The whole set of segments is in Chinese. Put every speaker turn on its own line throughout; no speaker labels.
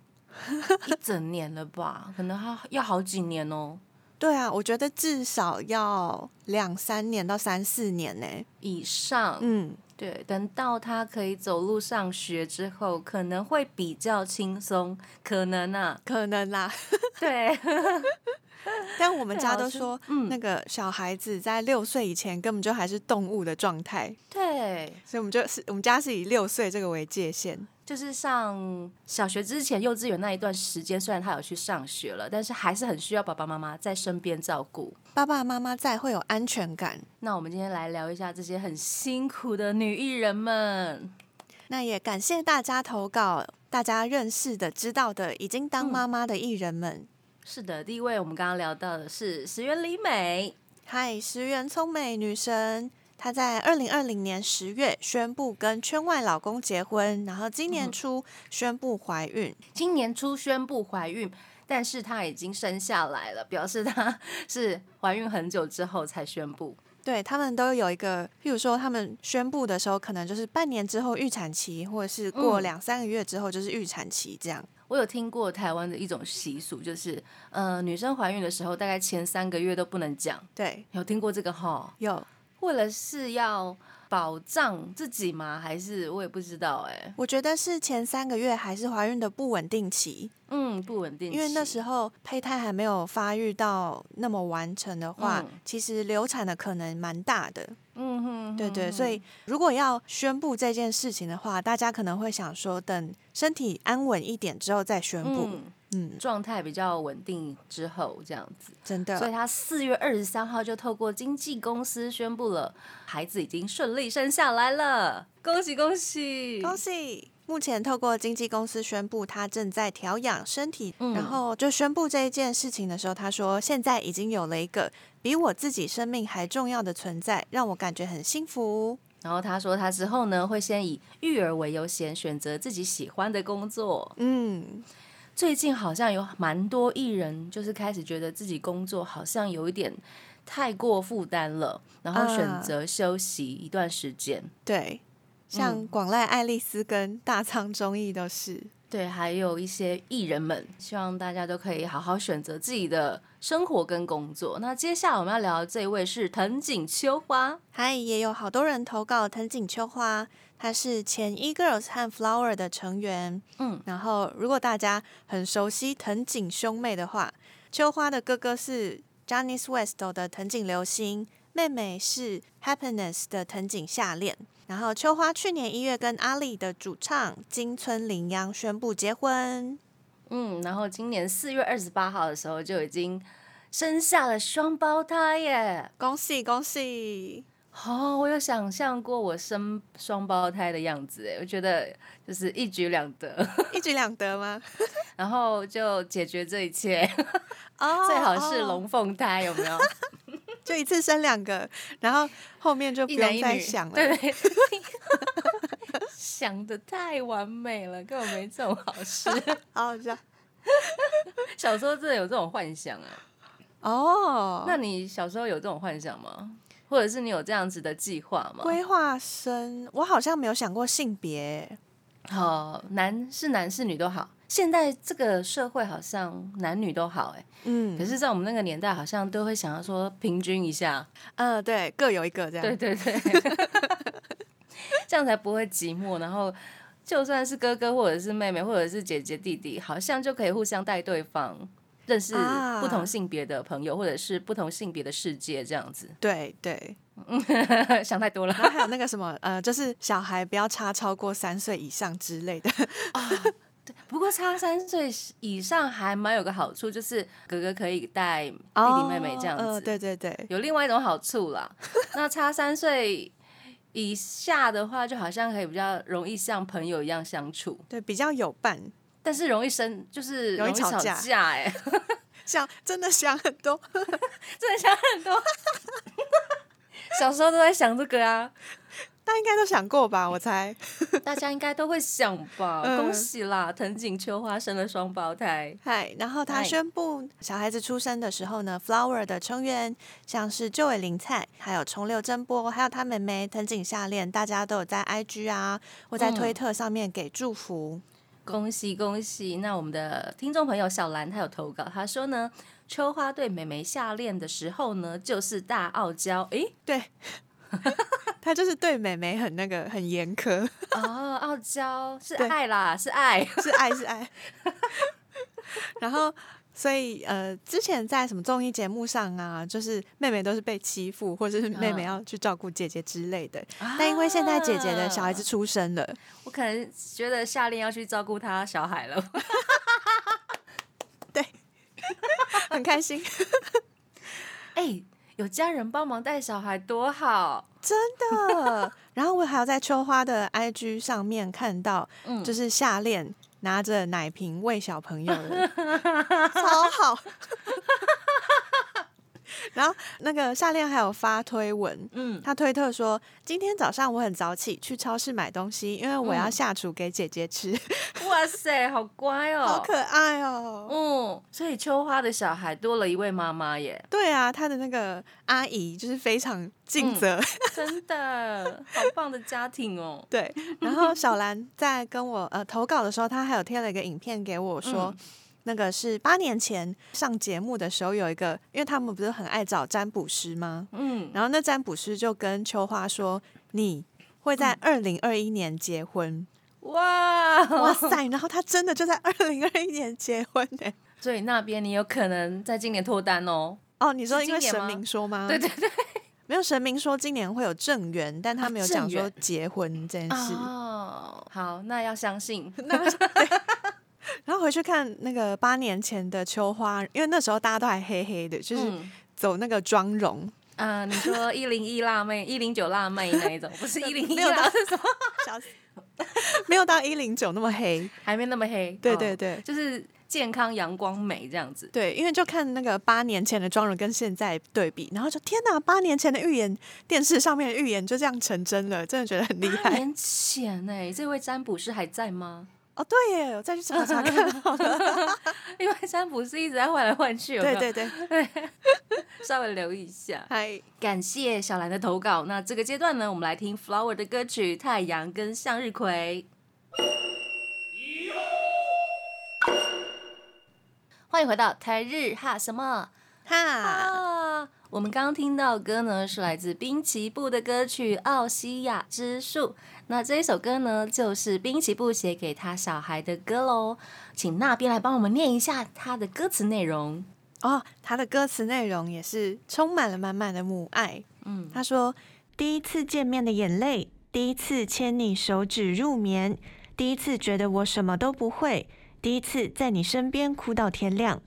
一整年了吧？可能他要好几年哦
对啊，我觉得至少要两三年到三四年呢、
以上。
嗯，。
对，等到他可以走路上学之后，可能会比较轻松，可能啊
可能啦。
对，
但我们
对
家
老
都
师
说，
嗯
那个小孩子在六岁以前根本就还是动物的状态，
对，
所以我们就是我们家是以六岁这个为界限。
就是上小学之前，幼稚园那一段时间，虽然他有去上学了，但是还是很需要爸爸妈妈在身边照顾。
爸爸妈妈在会有安全感，
那我们今天来聊一下这些很辛苦的女艺人们。
那也感谢大家投稿，大家认识的、知道的、已经当妈妈的艺人们。
是的，第一位我们刚刚聊到的是石原里美，
嗨，石原聪美女神，她在二零二零年十月宣布跟圈外老公结婚，然后今年初宣布怀孕。
今年初宣布怀孕，但是她已经生下来了，表示她是怀孕很久之后才宣布。
对他们都有一个，譬如说他们宣布的时候，可能就是半年之后预产期，或者是过
嗯
两三个月之后就是预产期这样。
我有听过台湾的一种习俗，就是呃，女生怀孕的时候，大概前三个月都不能讲，
对，
有听过这个哈？
有
为了是要保障自己吗？还是我也不知道哎、
我觉得是前三个月还是怀孕的不稳定期，
嗯，不稳定期，
因为那时候胚胎还没有发育到那么完成的话，
嗯
其实流产的可能蛮大的。
嗯哼，
对对，
哼
所以如果要宣布这件事情的话，大家可能会想说，等身体安稳一点之后再宣布。
嗯，
嗯，啊
状态比较稳定之后这样子，
真
所以
的，
他四月二十三号就透过经纪公司宣布了，孩子已经顺利生下来了，恭喜恭喜！
恭喜！目前透过经纪公司宣布，她正在调养身体，
嗯
然后就宣布这一件事情的时候，她说：“现在已经有了一个比我自己生命还重要的存在，让我感觉很幸福。”
然后他说他之后呢会先以育儿为优先，选择自己喜欢的工作。
嗯，
最近好像有蛮多艺人就是开始觉得自己工作好像有一点太过负担了，然后选
啊
择休息一段时间。
对，像广濑爱丽丝跟大仓忠义都是。
对，还有一些艺人们，希望大家都可以好好选择自己的生活跟工作。那接下来我们要聊的这一位是藤井秋花，
嗨，也有好多人投稿藤井秋花，她是前 E Girls 和 Flower 的成员。
嗯，
然后如果大家很熟悉藤井兄妹的话，秋花的哥哥是 Johnny West 的藤井流星，妹妹是 Happiness 的藤井夏恋。然后秋花去年一月跟阿丽的主唱金村绫央宣布结婚。
嗯，然后今年四月二十八号的时候就已经生下了双胞胎耶。
恭喜恭喜！
哦，我有想象过我生双胞胎的样子，哎，我觉得就是一举两得，
一举两得吗？
然后就解决这一切，
哦
最好是
哦
龙凤胎，有没有？
就一次生两个，然后后面就不
一男
用
一
再
女，
想了。
对对想的太完美了，根本没这种好事。
好好笑
小时候真的有这种幻想啊？
哦。
那你小时候有这种幻想吗？或者是你有这样子的计划吗？
规划生，我好像没有想过性别。
好，男是男是女都好。现在这个社会好像男女都好哎、
嗯，
可是，在我们那个年代，好像都会想要说平均一下，
呃，对，各有一个这 样。
对对对，这样才不会寂寞，然后就算是哥哥或者是妹妹或者是姐姐弟弟，好像就可以互相带对方认识
啊
不同性别的朋友，或者是不同性别的世界这样 子。
对对，
想太多了。
然后还有那个什么呃，就是小孩不要差超过三岁以上之类的。
不过差三岁以上还蛮有个好处，就是哥哥可以带弟 弟妹妹这样子。
哦呃对对对，
有另外一种好处 啦。那差三岁以下的话，就好像可以比较容易像朋友一样相处，
对比较有伴，
但是容易生就是
容易
易
吵
吵
架
架、 哎，
想真的想很多。
真的想很 多。小时候都在想这个啊，
大家应该都想过吧？我猜。
大家应该都会想吧？
嗯
恭喜啦，藤井秋花生了双胞胎。
嗨，然后他
嗨
宣布小孩子出生的时候呢，Flower 的成员像是旧尾绫菜，还有重流真波，还有他妹妹藤井夏恋，大家都有在 IG 啊或在
嗯
推特上面给祝福。
恭喜恭喜！那我们的听众朋友小兰她有投稿，她说呢，秋花对美眉下恋的时候呢，就是大傲娇。诶，
对， 他就是对妹妹很那个很严苛，
哦，傲娇是
对
爱啦，是爱。
是爱是爱。 然后，所以呃，之前在什么综艺节目上啊，就是妹妹都是被欺负，或者是妹妹
嗯
要去照顾姐姐之类的。但因为现在姐姐的小孩子
啊，
出生了，
我可能觉得夏令要去照顾他小孩了。
很开心。
哎、有家人帮忙带小孩多好。
的。然后我还有在秋花的 IG 上面看到，
嗯
就是夏恋拿着奶瓶喂小朋 友的超好。然后那个夏恋还有发推文，
嗯，
他推特说：“今天早上我很早起去超市买东西，因为我要
嗯
下厨给姐姐吃，
哇塞，好乖哦，
好可爱哦。
嗯，所以秋花的小孩多了一位妈妈 耶，
对啊，他的那个阿姨就是非常尽
嗯
责，
真的，好棒的家庭哦。
对，然后小兰在跟我呃投稿的时候，她还有贴了一个影片给我说，
嗯
那个是八年前上节目的时候有一个，因为他们不是很爱找占卜师吗？
嗯，
然后那占卜师就跟秋花说，你会
嗯
在二零二一年结 婚，
哇，
哇塞！然后她真的就在二零二一年结婚呢、
所以那边你有可能在今年脱单哦。
哦，你说
是
因为
今年
神
吗
明说吗？
对对对，
没有神明说今年会有正缘，但他
啊
没有
正
讲说
缘
结婚这件事。
哦，好，那要相信。
然后回去看那个八年前的秋花，因为那时候大家都还黑黑的，就是
嗯
走那个妆 容，
啊、你 说一零一辣妹、一零九辣妹那一种，不是一零一啊
没有到
啦，是什么？
笑死没有到一零九那么黑。
还没那么黑。
对
哦
对对
就是健康、阳光、美这样子。
对，因为就看那个八年前的妆容跟现在对比，然后就天哪，八年前的预言，电视上面的预言就这样成真了，真的觉得很厉
八
害
年前哎、这位占卜师还在吗？
哦。对耶，我再去查查看。
因为占卜师一直在换来换 去，有没
对
有？
对对，
稍微留意一下。
还
感谢小兰的投稿。那这个阶段呢，我们来听 Flower 的歌曲《太阳跟向日葵》。欢迎回到台日哈什么
哈，
啊？我们刚刚听到的歌呢，是来自滨崎步的歌曲《奥西亚之树》。那这一首歌呢，就是滨崎步写给他小孩的歌喽。请那边来帮我们念一下他的歌词内容。
哦，他的歌词内容也是充满了满满的母爱。
嗯，
他说：“第一次见面的眼泪，第一次牵你手指入眠，第一次觉得我什么都不会，第一次在你身边哭到天亮。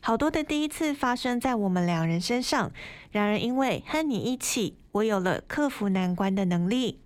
好多的第一次发生在我们两人身上，然而因为和你一起，我有了克服难关的能力。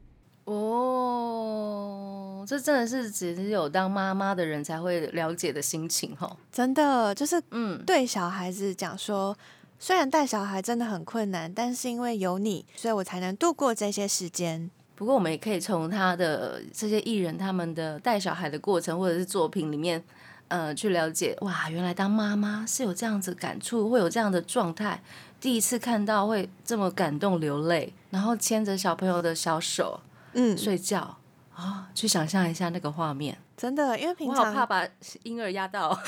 哦，这真的是只有当妈妈的人才会了解的心情哈。
真的，就是
嗯，
对小孩子讲说，虽然带小孩真的很困难，但是因为有你，所以我才能度过这些时间。
不过我们也可以从他的这些艺人他们的带小孩的过程或者是作品里面，呃，去了解哇，原来当妈妈是有这样子感触，会有这样的状态。第一次看到会这么感动流泪，然后牵着小朋友的小手
嗯，
睡觉啊、去想象一下那个画面。
真的，因为平
我好
常
怕把婴儿压到。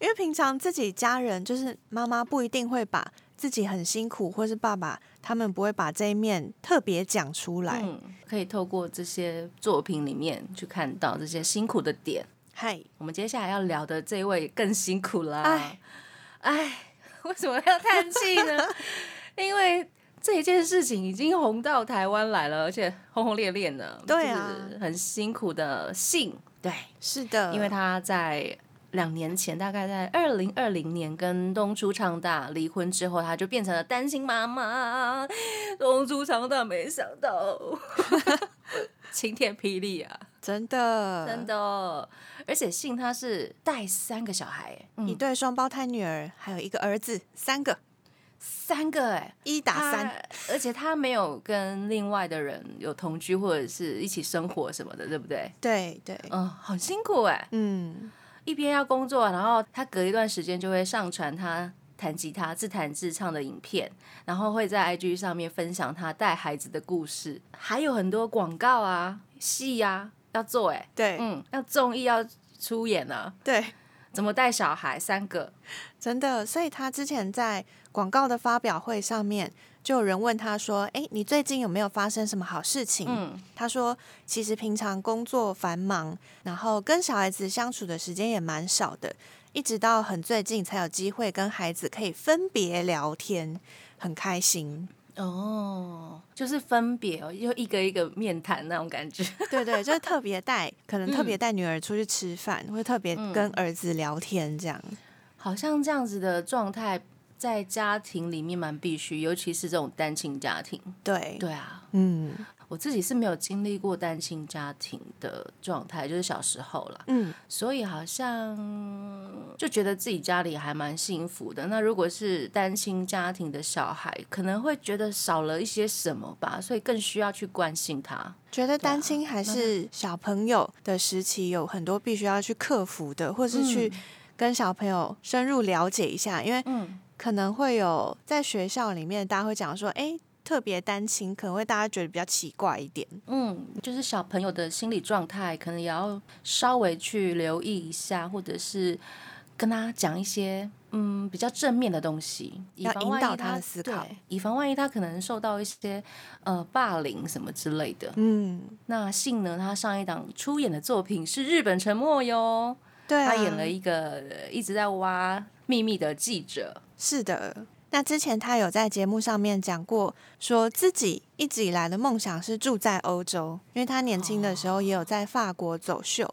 因为平常自己家人就是妈妈不一定会把自己很辛苦，或是爸爸他们不会把这一面特别讲出来。
嗯，可以透过这些作品里面去看到这些辛苦的点。
嗨、
我们接下来要聊的这一位更辛苦啦，
唉
唉， 为什么要叹气 呢？因为这一件事情已经红到台湾来了，而且轰轰烈烈呢，
对啊
就是很辛苦的信，对，
是的，
因为他在两年前，大概在二零二零年跟东出昌大离婚之后，他就变成了单亲妈妈。东出昌大没想到， 晴天霹雳啊！
真 的
真的，哦而且信他是带三个小孩耶，
一
嗯，
对双胞胎女儿，还有一个儿子，三个
三个哎。
一打三，
他，而且他没有跟另外的人有同居或者是一起生活什么的，对不对？
对对，
嗯，很辛苦哎。
嗯，
一边要工作，然后他隔一段时间就会上传他弹吉他自弹自唱的影片，然后会在 IG 上面分享他带孩子的故事，还有很多广告啊、戏啊要做、欸，
对、
嗯，要综艺要出演啊，
对，
怎么带小孩三个，
真的。所以他之前在广告的发表会上面，就有人问他说：“哎，你最近有没有发生什么好事情？”
嗯，
他说：“其实平常工作繁忙，然后跟小孩子相处的时间也蛮少的，一直到很最近才有机会跟孩子可以分别聊天，很开心。
哦，就是分别哦，就一个一个面谈那种感觉，
对对，就是特别带，可能特别带女儿出去吃饭，或者特别跟儿子聊天这样。
好像这样子的状态在家庭里面蛮必须，尤其是这种单亲家庭，
对，
对啊，
嗯
我自己是没有经历过单亲家庭的状态，就是小时候啦，
嗯，
所以好像就觉得自己家里还蛮幸福的。那如果是单亲家庭的小孩，可能会觉得少了一些什么吧，所以更需要去关心他。
觉得单亲还是小朋友的时期，有很多必须要去克服的，或是去跟小朋友深入了解一下，因为
嗯，
可能会有在学校里面，大家会讲说，哎、特别单亲，可能会大家觉得比较奇怪一点。
嗯，就是小朋友的心理状态，可能也要稍微去留意一下，或者是跟他讲一些嗯比较正面的东西，以
要
防
引
万一
导他的思考
对以防万一他可能受到一些呃霸凌什么之类的。
嗯，
那信呢，他上一档出演的作品是《日本沉默》哟，
对、啊，
他演了一个呃一直在挖秘密的记者。
是的。那之前他有在节目上面讲过，说自己一直以来的梦想是住在欧洲，因为他年轻的时候也有在法国走秀，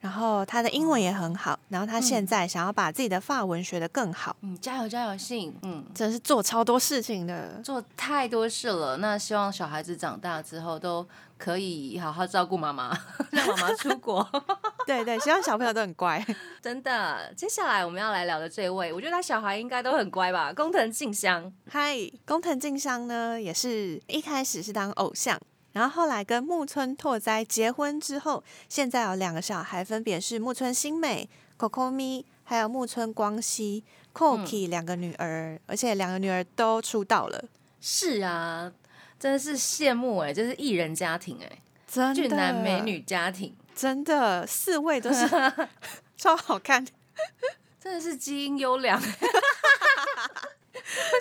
然后他的英文也很好，然后他现在想要把自己的法文学得更好，
嗯，加油加油，信，嗯。
真是做超多事情的。
做太多事了，那希望小孩子长大之后都可以好好照顾妈妈， 让妈妈出国。
对对，希望小朋友都很乖。
真的，接下来我们要来聊的这位，我觉得他小孩应该都很乖吧，工藤静香。
嗨，工藤静香呢，也是一开始是当偶像，然后后来跟木村拓哉结婚之后，现在有两个小孩，分别是木村新美、Kokomi，还有木村光希、Koki
嗯
两个女儿，而且两个女儿都出道了，
是啊，真的是羡慕哎、就是艺人家庭哎、
真的
俊男美，女家庭，
真的四位 都是超好看，
真的是基因优良。为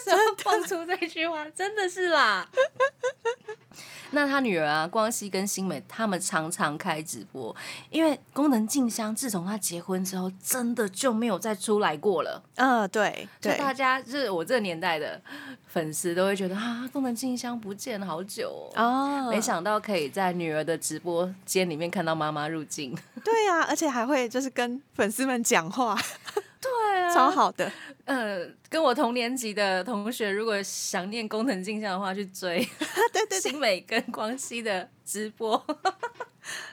什么放出这句话？真的是啦。那他女儿啊，光熙跟新美，他们常常开直播，因为宫藤静香自从她结婚之后，真的就没有再出来过了。
嗯，对
就
对，
大家就是我这个年代的粉丝都会觉得啊，宫藤静香不见了好久哦。
哦
没想到可以在女儿的直播间里面看到妈妈入境，
对啊，而且还会就是跟粉丝们讲话，
对啊
超好的，
呃，跟我同年级的同学，如果想念工藤静香的话，去追
对对对。
新美跟光熙的直播。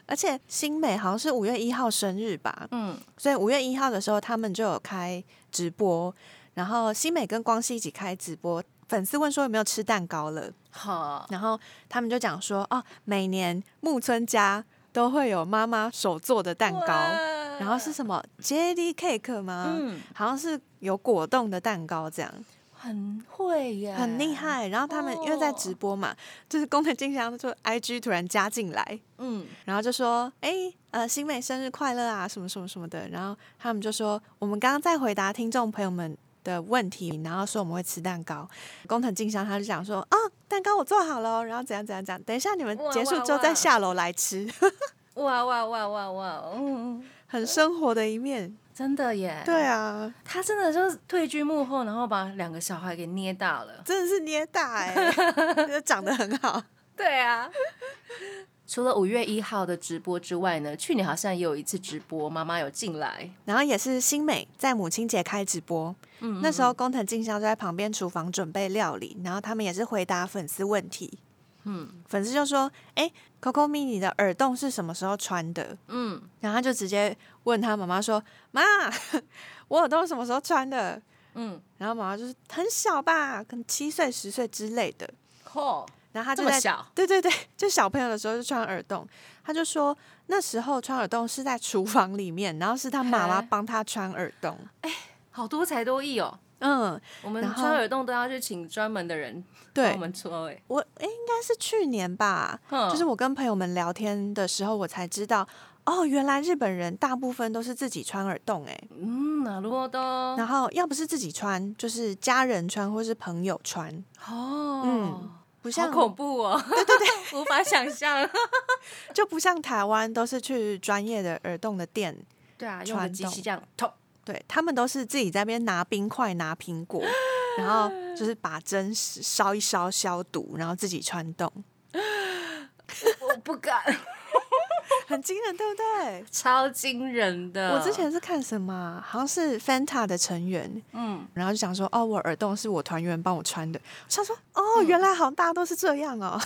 而且新美好像是五月一号生日吧，
嗯，
所以五月一号的时候他们就有开直播，然后新美跟光熙一起开直播。粉丝问说有没有吃蛋糕了，
好，
然后他们就讲说哦，每年木村家都会有妈妈手做的蛋糕，
哇
然后是什么 jelly cake 吗？
嗯，
好像是有果冻的蛋糕这样，
很会耶，
很厉。害。然后他
哦
们因为在直播嘛，就是宫藤静香就 IG 突然加进来，
嗯，
然后就说：“哎、呃，新美生日快乐啊，什么什么什么的。”然后他们就说：“我们刚刚在回答听众朋友们的问题，然后说我们会吃蛋糕。工藤静香他就讲说啊、蛋糕我做好了哦，然后怎样怎样怎样，等一下你们
哇
结束
哇
之后再
哇
下楼来吃，
哇哇哇哇哇，嗯，
很生活的一面。
真的耶，
对啊，
他真的就是退居幕后，然后把两个小孩给捏大了。
真的是捏大哎、 就长得很好。
对 啊。除了五月一号的直播之外呢，去年好像也有一次直播，妈妈有进来，
然后也是新美在母亲节开直播，
嗯
那时候工藤静香就在旁边厨房准备料理，然后他们也是回答粉丝问题。
嗯
粉丝就说：“哎、c o c o m i 你的耳洞是什么时候穿的
嗯，？”
然后他就直接问他妈妈说：“妈， 我耳洞什么时候穿的
嗯，？”
然后妈妈就是很小吧，可能七岁、十岁之类的。
嚯，
然后他
这
就
么
在
小，
对对对，就小朋友的时候就穿耳洞。他就说那时候穿耳洞是在厨房里面，然后是他妈妈
嘿
帮他穿耳洞。
好多才多艺哦。
嗯，
我们
然后
穿耳洞都要去请专门的人帮
对
我，们嗯搓，哎，
我诶应该是去年吧，
哼
就是我跟朋友们聊天的时候，我才知道，哦，原来日本人大部分都是自己穿耳洞诶，
嗯，なるほど。
然后要不是自己穿，就是家人穿或是朋友穿，
哦
嗯，不
好
像
恐怖哦，对对对，无法想 象。
就不像台湾都是去专业的耳洞的店，
对啊，用个
传
机器
统
这样捅，
对他们都是自己在那边拿冰块、拿苹果，然后就是把针烧一烧消毒，然后自己穿洞，
我不敢，
很惊人，对不对？
超惊人的。
我之前是看什么啊，好像是 Fanta 的成员，
嗯，
然后就想说，哦，我耳洞是我团员帮我穿的。我想说，
嗯
哦，原来好像大家都是这样哦。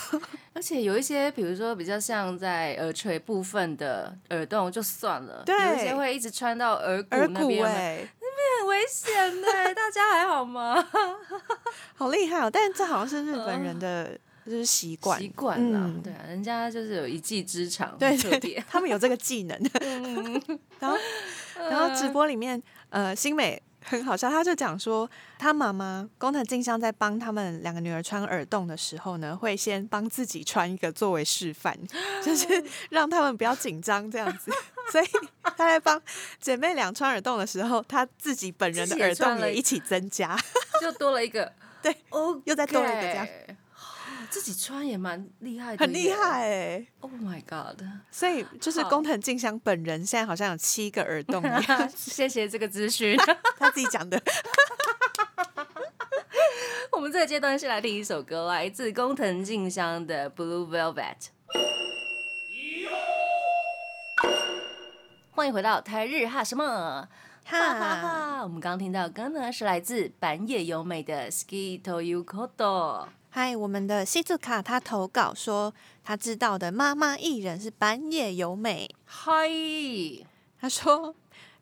而且有一些，比如说比较像在耳垂部分的耳洞就算了，
对
有一些会一直穿到耳骨
耳
那
骨
边，
哎、
欸、很危险呢、大家还好 吗？
好厉害哦！但这好像是日本人的就是习惯，
嗯习惯了，
嗯
对啊，人家就是有一技之长，
对
很特
对
别嗯
对，他们有这个技 能。然后，然后直播里面，呃，新美很好笑，他就讲说，他妈妈工藤静香在帮他们两个女儿穿耳洞的时候呢，会先帮自己穿一个作为示范， 就是让他们不要紧张这样子。所以他在帮姐妹俩穿耳洞的时候，他自己本人
自
的
己也
耳
穿
洞
了
也
一
一起增加，
就多了一个，
对
哦，
又再多了一个这样，
自己穿也蛮厉害的，
很厉害。哎、
Oh my god！
所以就是
好
工藤静香本人现在好像有七个耳洞一样，
谢谢这个资讯。
他自己讲的。
我们这个阶段是来听一首歌，来自工藤静香的《Blue Velvet》。欢迎回到台日哈什么哈哈
哈，
哈！我们刚刚听到的歌呢，是来自板野友美的《Ski to You Kodo》。
嗨，我们的西子卡他投稿说，他知道的妈妈艺人是板野友美。
嗨，
他说，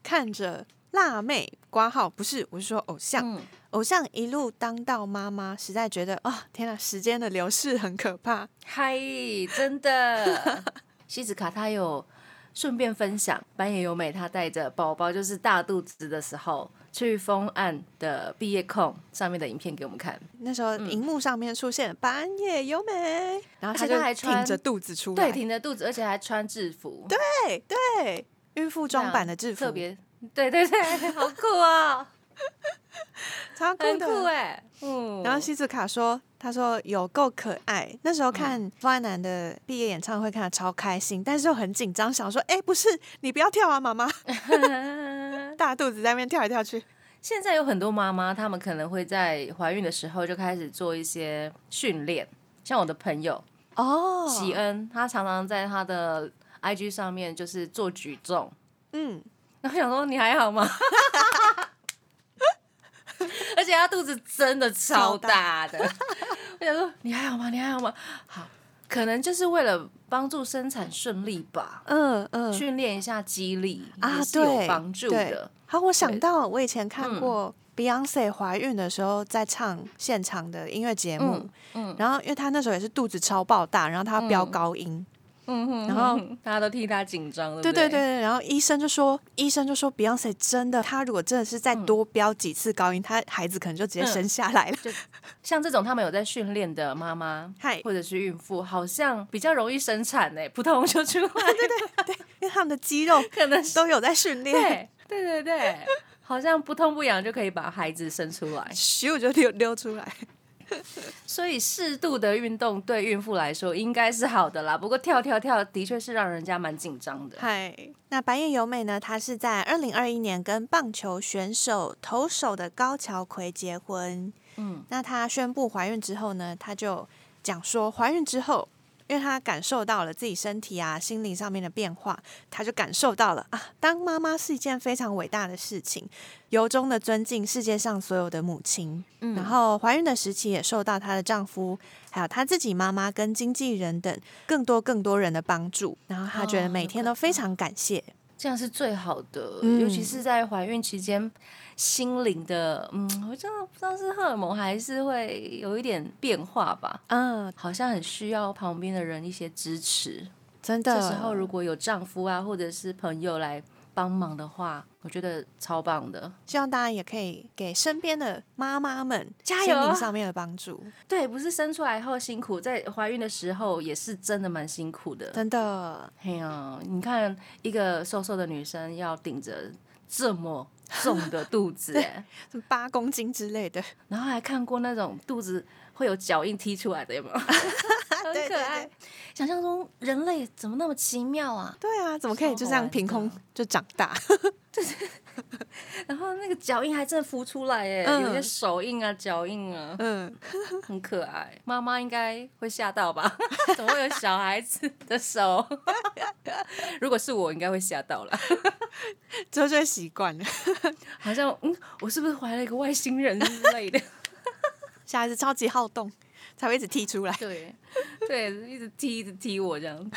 看着辣妹挂号，不是，我是说偶像，
嗯，
偶像一路当到妈妈，实在觉得哦，天呐，时间的流逝很可怕。
嗨，真的。 西子卡她有顺便分享，板野友美她带着宝宝就是大肚子的时候去丰岸的毕业控上面的影片给我们看。
那时候，荧幕上面出现板野友美，然
嗯
后
而且他还
就
穿
挺着肚子出来，
对，挺着肚子，而且还穿制服，对，
对对，孕妇装版的制服，
特别，对 对对，好酷 啊、
超酷
很
的，
酷哎、嗯，
然后西子卡说：“他说有够可爱。那时
嗯
候看方安南的毕业演唱会，看得超开心，但是又很紧张，想说：哎、不是你不要跳啊，妈妈！大肚子在那边跳来跳去。
现在有很多妈妈，她们可能会在怀孕的时候就开始做一些训练，像我的朋友
哦
喜恩，她常常在她的 IG 上面就是做举重，
嗯，
然后想说你还好吗？ 而且她肚子真的超大的，我想说你还好吗？你还好吗？好，可能就是为了帮助生产顺利吧，
嗯嗯
训练一下肌力
啊
也，是有
对，
帮助
对
的。。
好，我想
对嗯
到我以前看过 Beyonce 怀孕的时候，在唱现场的音乐节目
嗯，嗯
然后因为她那时候也是肚子超爆大，然后她要飙高音，
嗯哼，
然后
大家都替她紧张，
对
不
对对对，然后医生就说，医生就说，Beyonce 真的，她如果真的是再多飙几次高音，她孩子可能就直接生下来了。
像这种他们有在训练的妈妈，
嗨
或者是孕妇，好像比较容易生产呢、扑通就
啊
出来，对对，
因为他们的肌肉
可能是
都有在训练。
对对对对，好像不痛不痒就可以把孩子生出来。
咻就溜溜出来。
所以适度的运动对孕妇来说应该是好的啦。不过跳跳跳的确是让人家蛮紧张的。
嗨，那白夜由美呢？她是在二零二一年跟棒球选手投手的高桥葵结婚。
嗯，
那她宣布怀孕之后呢，她就讲说，怀孕之后，因为她感受到了自己身体啊、心灵上面的变化，她就感受到了啊，当妈妈是一件非常伟大的事情，由衷的尊敬世界上所有的母亲。
嗯
然后怀孕的时期也受到她的丈夫、还有她自己妈妈跟经纪人等更多更多人的帮助，然后她觉得
哦
每
有
天
可
都非常感谢。
这样是最好的，
嗯
尤其是在怀孕期间，心灵的，嗯，我真的不知道是荷尔蒙还是会有一点变化吧，
嗯，
好像很需要旁边的人一些支持。
真的。
这时候如果有丈夫啊，或者是朋友来帮忙的话，我觉得超棒的。
希望大家也可以给身边的妈妈们
加油啊
心灵上面的帮助，
对，不是生出来后辛苦，在怀孕的时候也是真的蛮辛苦的。
真的
哎呀，你看一个瘦瘦的女生要顶着这么重的肚子、哎
什么八公斤之类的，
然后还看过那种肚子会有脚印踢出来的，有没 有？很
对
可爱。
对
想象中人类怎么那么奇妙啊？
对啊，怎么可以就这样凭空
超好
就长大？
然后那个脚印还真的浮出来哎、
嗯
有些手印啊、脚印啊，
嗯，
很可爱。妈妈应该会吓到吧？ 怎么会有小孩子的手？ 如果是我，应该会吓到了。
之后就会习惯了。
好像嗯，我是不是怀了一个外星人之类的？
小孩子超级好动，才会一直踢出来。
对，对，一直踢，一直踢我这样。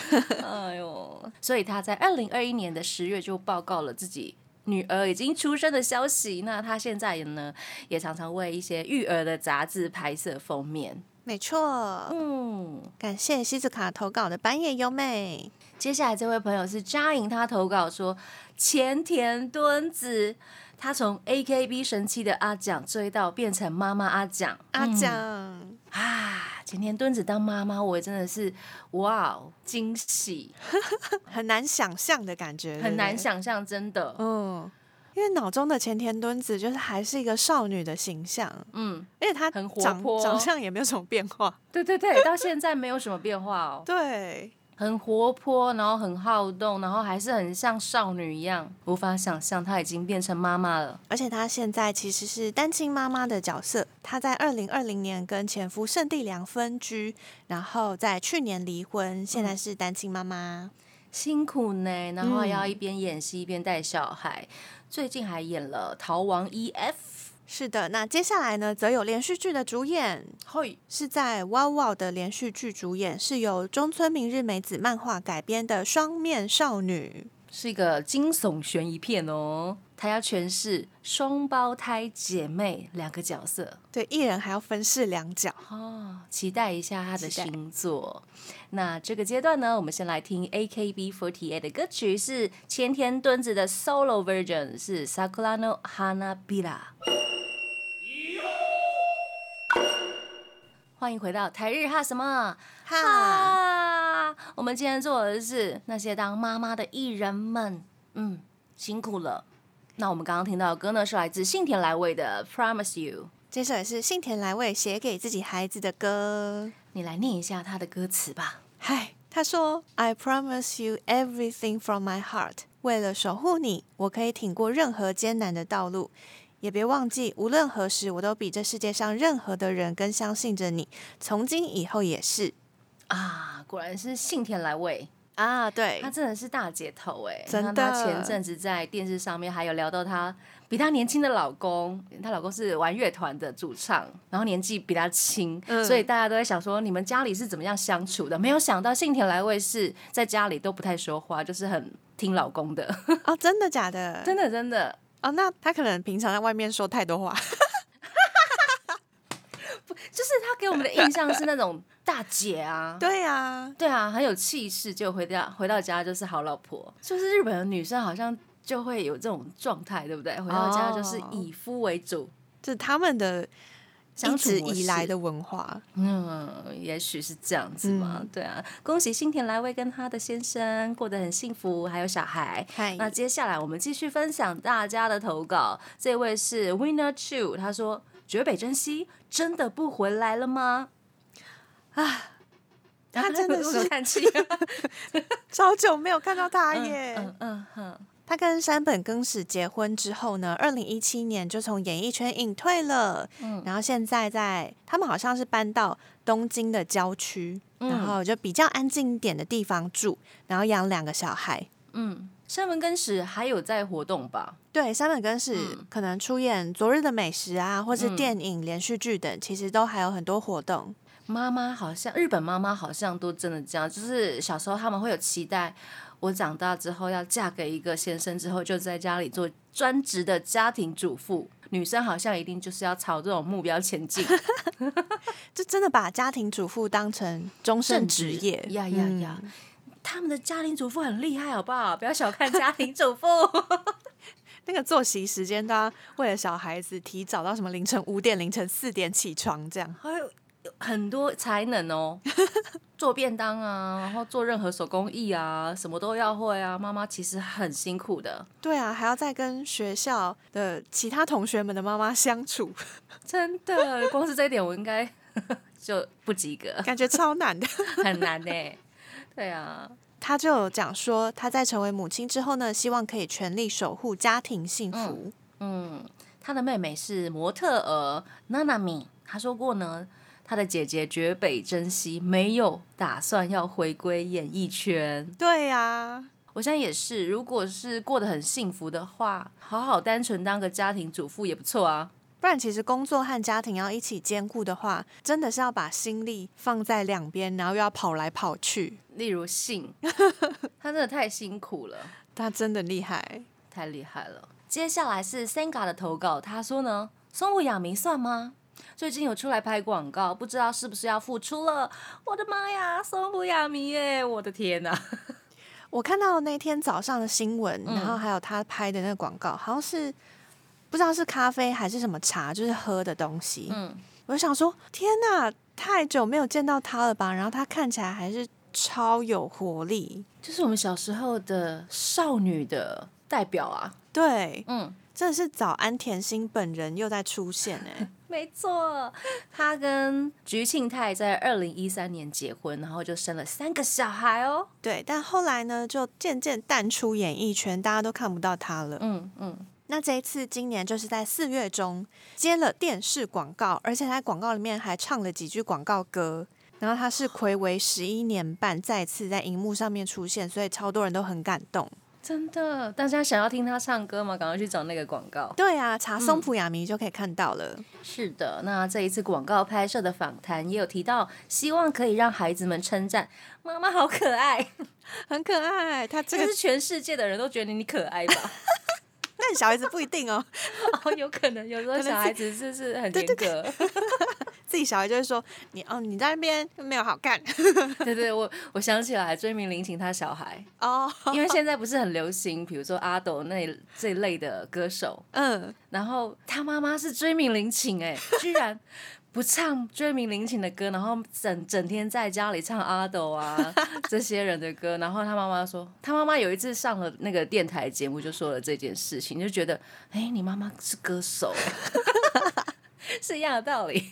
哎呦， 所以他在二零二一年的十月就报告了自己。女儿已经出生的消息，那他现在呢，也常常为一些育儿的杂志拍摄封面。
没错，
嗯，
感谢西子卡投稿的半夜优美。
接下来这位朋友是扎营，他投稿说前田敦子，他从 A K B 神器的阿蒋追到变成妈妈阿蒋，
阿
嗯
蒋、
啊，前田敦子当妈妈，我真的是哇哦惊喜，
很难想象的感觉，对
很
不
难
对。
想象，真的，
嗯，因为脑中的前田敦子就是还是一个少女的形象，
嗯，
而且她
很活
长
泼
长相也没有什么变 化。
对对对，到现在没有什么变化哦，
对，
很活泼，然后很好动，然后还是很像少女一样，无法想象她已经变成妈妈了。
而且她现在其实是单亲妈妈的角色。她在二零二零年跟前夫圣地良分居，然后在去年离婚，现
嗯
在是单亲妈妈。
辛苦呢，然后还要
嗯
一边演戏一边带小孩，最近还演了《逃亡 E EF》。
是的，那接下来呢，则有连续剧的主演，
嘿，
是在《哇哇》的连续剧主演，是由中村明日美子漫画改编的《双面少女
是一个惊悚悬疑片哦，它要诠释双胞胎姐妹两个角色》。
对，一人还要分饰两角。
哦，期待一下她的
期待
新作。那这个阶段呢，我们先来听 AKB48 的歌曲，是前田敦子的 solo version，是《Sakura no Hana Bira》。欢迎回到台日哈什么？
哈，
啊！我们今天做的是那些当妈妈的艺人们，嗯，辛苦了。那我们刚刚听到的歌呢，是来自信田来未的《Promise You》，
这首也是幸田来未写给自己孩子的歌。
你来念一下它的歌词吧。
嗨，他说：“I promise you everything from my heart。为了守护你，我可以挺过任何艰难的道路。也别忘记，无论何时，我都比这世界上任何的人更相信着你。从今以后也是
啊，果然是信田来未，
啊，对
她真的是大姐头哎、
真的
她前阵子在电视上面还有聊到她比她年轻的老公，她老公是玩乐团的主唱，然后年纪比她轻，
嗯
所以大家都在想说你们家里是怎么样相处的？没有想到信田来未是在家里都不太说话，就是很听老公的，
哦，真的假的？
真的真的。
哦，那他可能平常在外面说太 多话，
就是她给我们的印象是那种大姐啊，
对啊，
对啊，很有气势，就回家回到家就是好老婆，就是日本的女生好像就会
哦
有这种状态，对不对？回到家就是以夫为主，
这是他们的
相
一
处
直
模
以来
式
的文化。
嗯，也许是这样子吧。
嗯
对啊，恭喜新田来未跟她的先生过得很幸福，还有小孩。
嗨
那接下来我们继续分享大家的投稿，这位是 Winner Chu，他说：“绝北真希真的不回来了吗？”啊，
他真的
为什么
是
叹气。
超久没有看到他 耶。
嗯嗯哼，
他跟山本耕史结婚之后呢，二零一七年就从演艺圈隐退了。
嗯
然后现在在他们好像是搬到东京的郊区，
嗯
然后就比较安静一点的地方住，然后养两个小孩。
嗯，山门跟史还有在活动吧？
对，山本耕史
嗯
可能出演《昨日的美食》啊，或是
嗯
电影、连续剧等，其实都还有很多活动。
妈妈好像日本妈妈好像都真的这样，就是小时候他们会有期待，我长大之后要嫁给一个先生之后，就在家里做专职的家庭主妇。女生好像一定就是要朝这种目标前进，
就真的把家庭主妇当成终身职业，
呀呀呀！
嗯
他们的家庭主妇很厉害，好不好？不要小看家庭主妇。
那个作息时间都要为了小孩子提早到什么凌晨五点、凌晨四点起床这样。
还有很多才能哦，做便当啊，然后做任何手工艺啊，什么都要会啊。妈妈其实很辛苦的，
对啊，还要再跟学校的其他同学们的妈妈相处，
真的， 光是这一点我应该 就不及格，
感觉超难的。
很难呢、对啊，
他就有讲说，他在成为母亲之后呢，希望可以全力守护家庭幸福。
嗯，他的妹妹是模特儿 Nanami，她说过呢，她的姐姐绝北珍惜没有打算要回归演艺圈。
对啊呀、
我现在也是，如果是过得很幸福的话，好好单纯当个家庭主妇也不错啊。
不然其实工作和家庭要一起兼顾的话，真的是要把心力放在两边，然后又要跑来跑去。
例如性， 她真的太辛苦了。
他真的厉害，
太厉害了。接下来是 Senga 的投稿，他说呢，松浦亚弥算吗？最近有出来拍广告，不知道是不是要复出了？我的妈呀，松浦亚弥耶！我的天哪、
我看到那天早上的新闻，
嗯
然后还有他拍的那个广告，好像是不知道是咖啡还是什么茶，就是喝的东西。
嗯，
我就想说，天哪，太久没有见到他了吧？然后他看起来还是超有活力，
就是我们小时候的少女的代表啊。
对，
嗯，
真的是早安甜心本人又在出现哎、
没错，她跟菊庆泰在二零一三年结婚，然后就生了三个小孩哦。
对，但后来呢，就渐渐淡出演艺圈，大家都看不到他了。
嗯嗯，
那这一次，今年就是在四月中接了电视广告，而且他在广告里面还唱了几句广告歌。然后他是暌违十一年半，再次在荧幕上面出现，所以超多人都很感动。
真的，大家想要听她唱歌吗？赶快去找那个广告。
对啊，查松浦亚弥就可以看到了。
是的，那这一次广告拍摄的访谈也有提到，希望可以让孩子们称赞妈妈好可爱，
很可爱。他
这
这个
个是全世界的人都觉得你可爱 吧？
但小孩子不一定哦，
哦，有可能有时候
可能是
小孩子是不是很
对
严
对
格？
自己小孩就会说你哦，你在那边没有好看
对对，我我想起来，追名林檎他小孩，
哦，
因为现在不是很流行，比如说阿斗那这一类的歌手，
嗯，
然后他妈妈是追名林檎， 哎，居然不唱追名林檎的歌，然后整整天在家里唱阿斗 啊这些人的歌。然后他妈妈说，他妈妈有一次上了那个电台节目，就说了这件事情，就觉得，哎、你妈妈是歌 手，是一样的道理。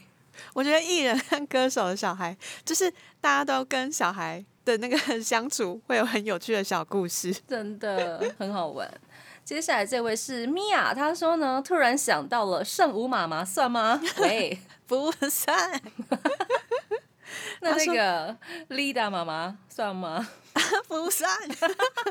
我觉得艺人和歌手的小孩，就是大家都跟小孩的那个相处会有很有趣的小故事。
真的很好玩。接下来这位是米娅，她说呢，突然想到了圣母妈妈算吗？喂，
不算，
那
她
那
说
个 Lida 妈妈算吗？
不算。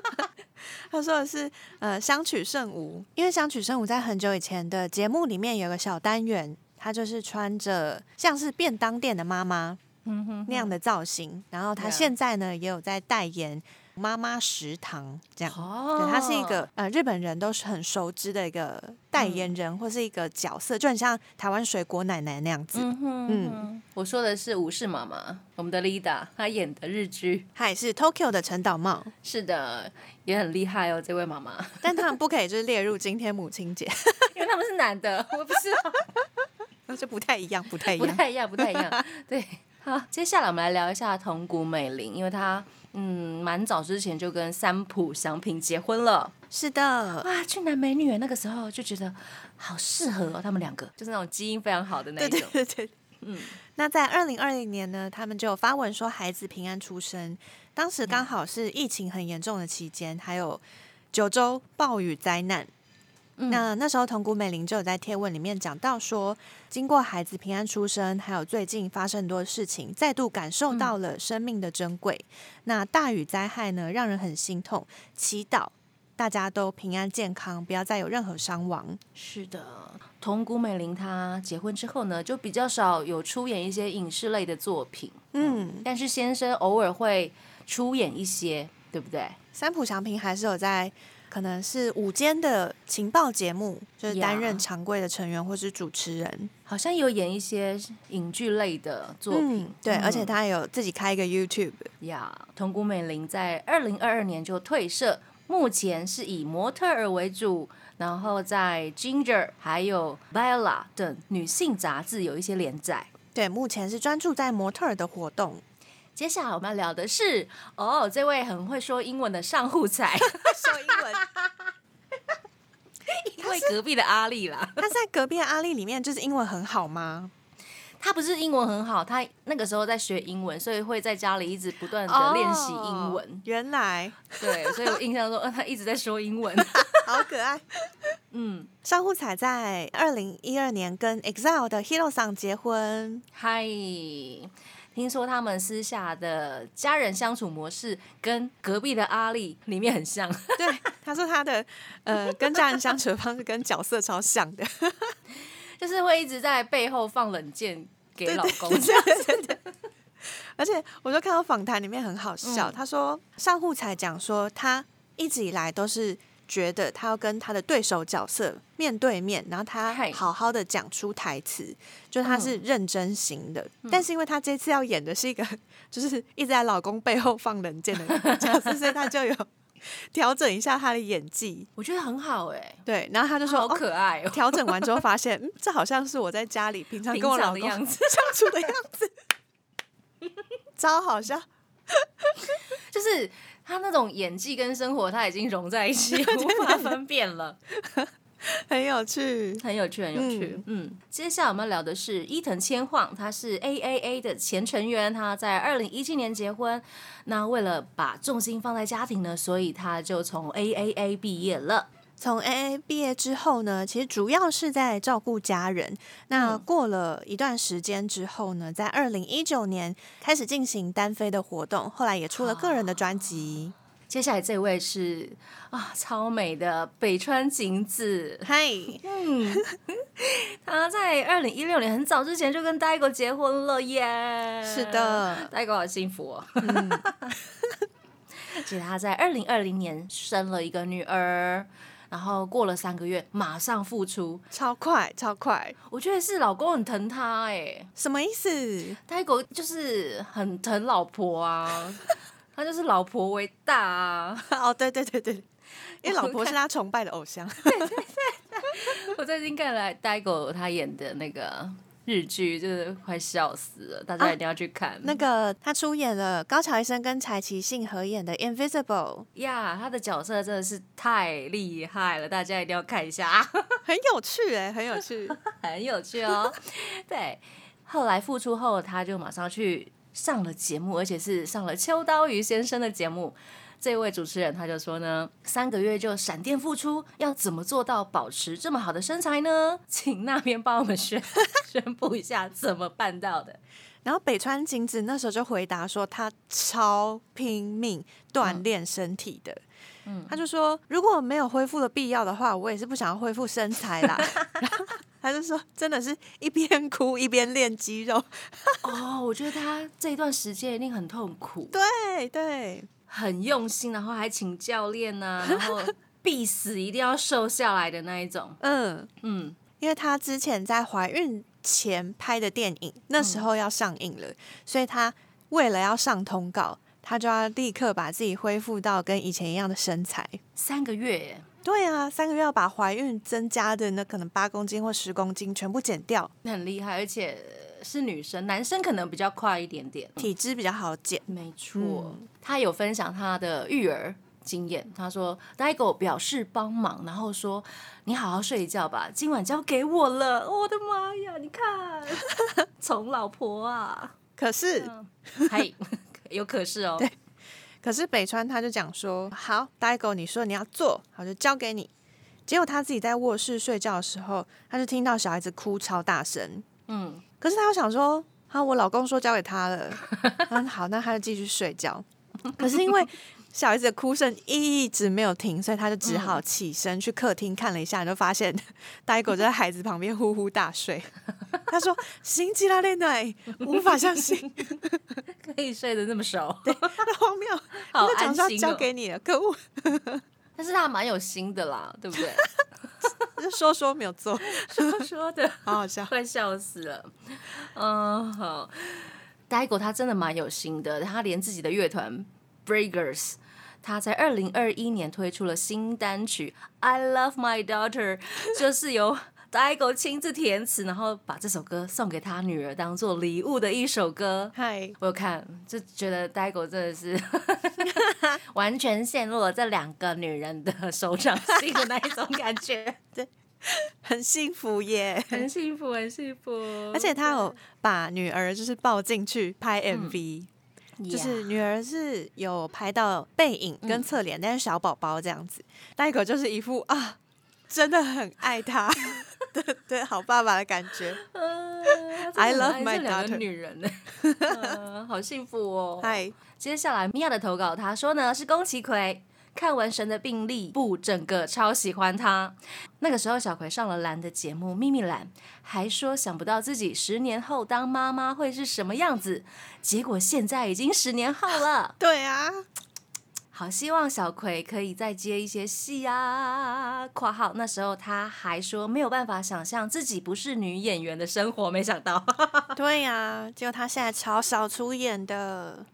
他说的是，呃，香取慎吾，因为香取慎吾在很久以前的节目里面有个小单元，她就是穿着像是便当店的妈妈，
嗯哼
那样的造型。然后他
对啊
现在呢也有在代言妈妈食堂这样。
哦
对，他是一个呃日本人都是很熟知的一个代言人或是一个角色，就很像台湾水果奶奶那样子。
嗯哼
嗯
嗯，我说的是武士妈妈，我们的 Lida，她演的日剧，
她也是 Tokyo 的陈岛茂，
是的，也很厉害哦，这位妈妈，
但他们不可以就是列入今天母亲节。
因为他们是男的，我不是。
就不太一样，不太一
不
样。
太一样，不太一样。对，好，接下来我们来聊一下同谷美玲，因为她嗯蛮早之前就跟三浦祥平结婚了。
是的，
哇，俊男美女，那个时候就觉得好适合哦，他们两个就是那种基因非常好的那
对
一
对
种。
对对。
嗯
那在二零二零年呢，他们就有发文说孩子平安出生，当时刚好是疫情很严重的期间，还有九州暴雨灾难。
嗯
那那时候，同谷美玲就有在贴文里面讲到说，经过孩子平安出生，还有最近发生很多事情，再度感受到了生命的珍贵。那大雨灾害呢，让人很心痛，祈祷大家都平安健康，不要再有任何伤亡。
是的，同谷美玲她结婚之后呢，就比较少有出演一些影视类的作品，
嗯，
但是先生偶尔会出演一些，对不对？
三浦祥平还是有在，可能是午间的情报节目，就是担任
Yeah
常规的成员或是主持人。
好像有演一些影剧类的作品。
嗯，对，而且
嗯
他也有自己开一个 YouTube。
呀，桐谷美玲在二零二二年就退社，目前是以模特儿为主，然后在 Ginger 还有 Bella 等女性杂志有一些连载。
对，目前是专注在模特儿的活动。
接下来我们要聊的是，哦，这位很会说英文的上户 彩，
说英文，
因为隔壁的阿丽啦，
他在隔壁的阿丽里面就是英文很好吗？
她不是英文很好，她那个时候在学英文，所以会在家里一直不断的练习英文。
哦原 来
对，所以我印象中，呃她一直在说英 文。
好可爱。
嗯，
上户彩在二零一二年跟 EXILE 的 Hiro 桑结婚，
嗨，听说他们私下的家人相处模式跟隔壁的阿丽里面很像，
对，他说他的呃跟家人相处的方式跟角色超像的，
就是会一直在背后放冷箭给老公。
而且我就看到访谈里面很好笑，
嗯
他说上户彩讲说他一直以来都是觉得他要跟他的对手角色面对面，然后他
嗨嗯
好好的讲出台词，就他是认真型的。但是因为他这次要演的是一个就是一直在老公背后放冷箭的角色，所以他就有 调整一下他的演技。
我觉得很好哎、
对，然后他就说
好可爱
哦
哦、
调整完之后发现，嗯，这好像是我在家里平常跟我
平
老
常的
公
样子，
相处的样子， 超好笑。
就是他那种演技跟生活，他已经融在一 起，无法分辨了。
很有趣。
很有趣，很有趣。嗯接下来我们要聊的是伊藤千晃，他是 A A A 的前成员，他在二零一七年结婚。那为了把重心放在家庭呢，所以他就从 A A A 毕业了。
从 AA 毕业之后呢，其实主要是在照顾家人。那过了一段时间之后呢，在二零一九年开始进行单飞的活动，后来也出了个人的专辑。
接下来这位是啊，超美的北川景子，
嗨，
嗯，她在二零一六年很早之前就跟 Daigo 结婚了耶。
是的
，Daigo 好幸福哦。而且她在二零二零年生了一个女儿，然后过了三个月马上复出，
超快，超快，
我觉得是老公很疼她哎
什么意思？
，Daigo 就是很疼老婆啊， 他就是老婆为大啊。
哦，对对对对，因为老婆是他崇拜的偶像。
我最近看了 Daigo 他演的那个日剧，就是快笑死了，大家一定要去看。
那个他出演了高桥医生跟柴崎幸合演的《Invisible
呀他的角色真的是太厉害了，大家一定要看一下，啊，》，
很有趣哎、很有趣。
很有趣哦。 对，后来复出后，他就马上去上了节目，而且是上了秋刀鱼先生的节目。这位主持人他就说呢，三个月就闪电复出，要怎么做到保持这么好的身材呢？请那边帮我们宣 宣布一下怎么办到的。
然后北川景子那时候就回答说，她超拼命锻炼身体的。嗯，他就说，如果没有恢复的必要的话，我也是不想要恢复身材 啦。然后他就说，真的是一边哭一边练肌肉。
哦，我觉得他这一段时间一定很痛苦，
对对，
很用心，然后还请教练呐、然后必死一定要瘦下来的那一种。
嗯，
嗯，
因为她之前在怀孕前拍的电影，那时候要上映了，所以她为了要上通告，她就要立刻把自己恢复到跟以前一样的身材。
三个月耶，
对啊，三个月要把怀孕增加的那可能八公斤或十公斤全部减掉，
那很厉害，而且是女生，男生可能比较快一点点。
体脂比较好减。
没错，他有分享他的育儿经验。他说，呆狗表示帮忙，然后说：“你好好睡一觉吧，今晚交给我了。”我的妈呀，你看，宠老婆啊，
可是，
还 有可是哦，
可是北川他就讲说，好，呆狗，你说你要做，好就交给你。结果他自己在卧室睡觉的时候，他就听到小孩子哭超大声，
嗯，
可是他又想说，啊，我老公说交给 他了，嗯，好，那他就继续睡觉。可是因为小孩子的哭声一直没有停，所以他就只好起身去客厅看了一下，就发现 呆狗就在孩子旁边呼呼 大睡。他说：“新吉拉列奶，无法相信，
可以睡得那么熟，
那荒谬！
好
那
安
讲是要
心
交
哦。
给你了，可恶！
但是他蛮有心的啦，对不对？
就说说没有做，
说说的。
好好笑。
快笑死了。嗯，好，呆狗他真的蛮有心的，他连自己的乐团 Breakers。他在二零二一年推出了新单曲《I Love My Daughter》，就是由呆狗亲自填词，然后把这首歌送给他女儿当做礼物的一首歌。
嗨，
我有看，就觉得呆狗真的 是完全陷入了这两个女人的手掌心的那一种感觉，
很幸福耶！
很幸福，很幸福。
而且他有把女儿就是抱进去拍 MV，、就
Yeah
是女儿是有拍到背影跟侧脸，但是小宝宝这样子，呆狗就是一副啊，真的很爱 他的的好爸爸的感觉。
呃
I
真的
love
很
my
爱这两个
daughter
女人 呢、呃好幸福 哦。
嗨，
接下来米娅的投稿，她说呢是宫崎葵。看完《神的病历部》，整个超喜欢他。那个时候，小葵上了蓝的节目《秘密蓝》，还说想不到自己十年后当妈妈会是什么样子。结果现在已经十年后了，
对啊，
好希望小葵可以再接一些戏啊！（括号那时候他还说没有办法想象自己不是女演员的生活，没想到。）
对啊，结果他现在超少出演的，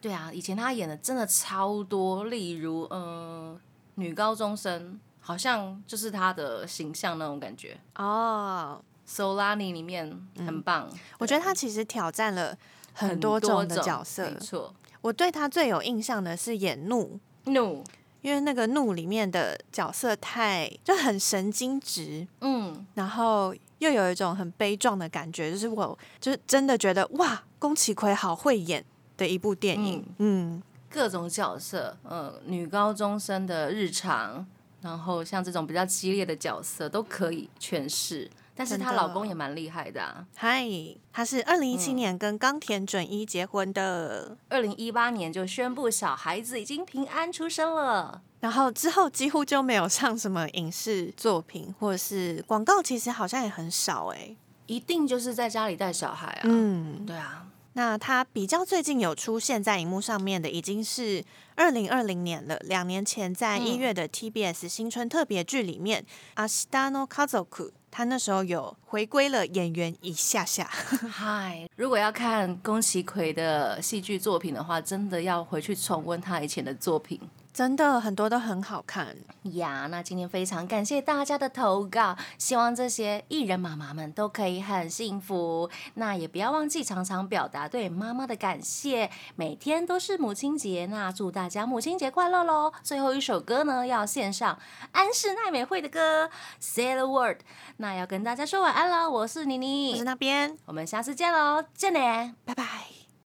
对啊，以前他演的真的超多，例如呃女高中生，好像就是他的形象那种感觉。
哦，
Solani 里面很棒，
我觉得他其实挑战了嗯很多种的角色
没。错。
我对他最有印象的是演怒，
No，
因为那个怒里面的角色太就很神经质，
嗯，
然后又有一种很悲壮的感觉，就是我就是真的觉得哇，宫崎葵好会演的一部电影。嗯
各种角色，呃，女高中生的日常，然后像这种比较激烈的角色都可以诠释。但是她
真的
老公也蛮厉害的啊，
嗨，他是二零一七年跟冈田准一结婚的，
二零一八年就宣布小孩子已经平安出生了。
然后之后几乎就没有上什么影视作品或者是广告，其实好像也很少哎、
一定就是在家里带小孩啊，
嗯，
对啊，
那他比较最近有出现在荧幕上面的，已经是二零二零年了。两年前在一月的 TBS 新春特别剧里面，阿西达诺卡佐库，他那时候有回归了演员一下下。
嗨，如果要看宫崎葵的戏剧作品的话，真的要回去重温他以前的作品。
真的很多都很好看，
呀，那今天非常感谢大家的投稿，希望这些艺人妈妈们都可以很幸福。那也不要忘记常常表达对妈妈的感谢，每天都是母亲节，那祝大家母亲节快乐喽！最后一首歌呢，要献上安室奈美惠的歌《Say the Word》，那要跟大家说晚安了，我是妮
我
妮，
是那边，
我们下次见喽，见嘞。
拜拜。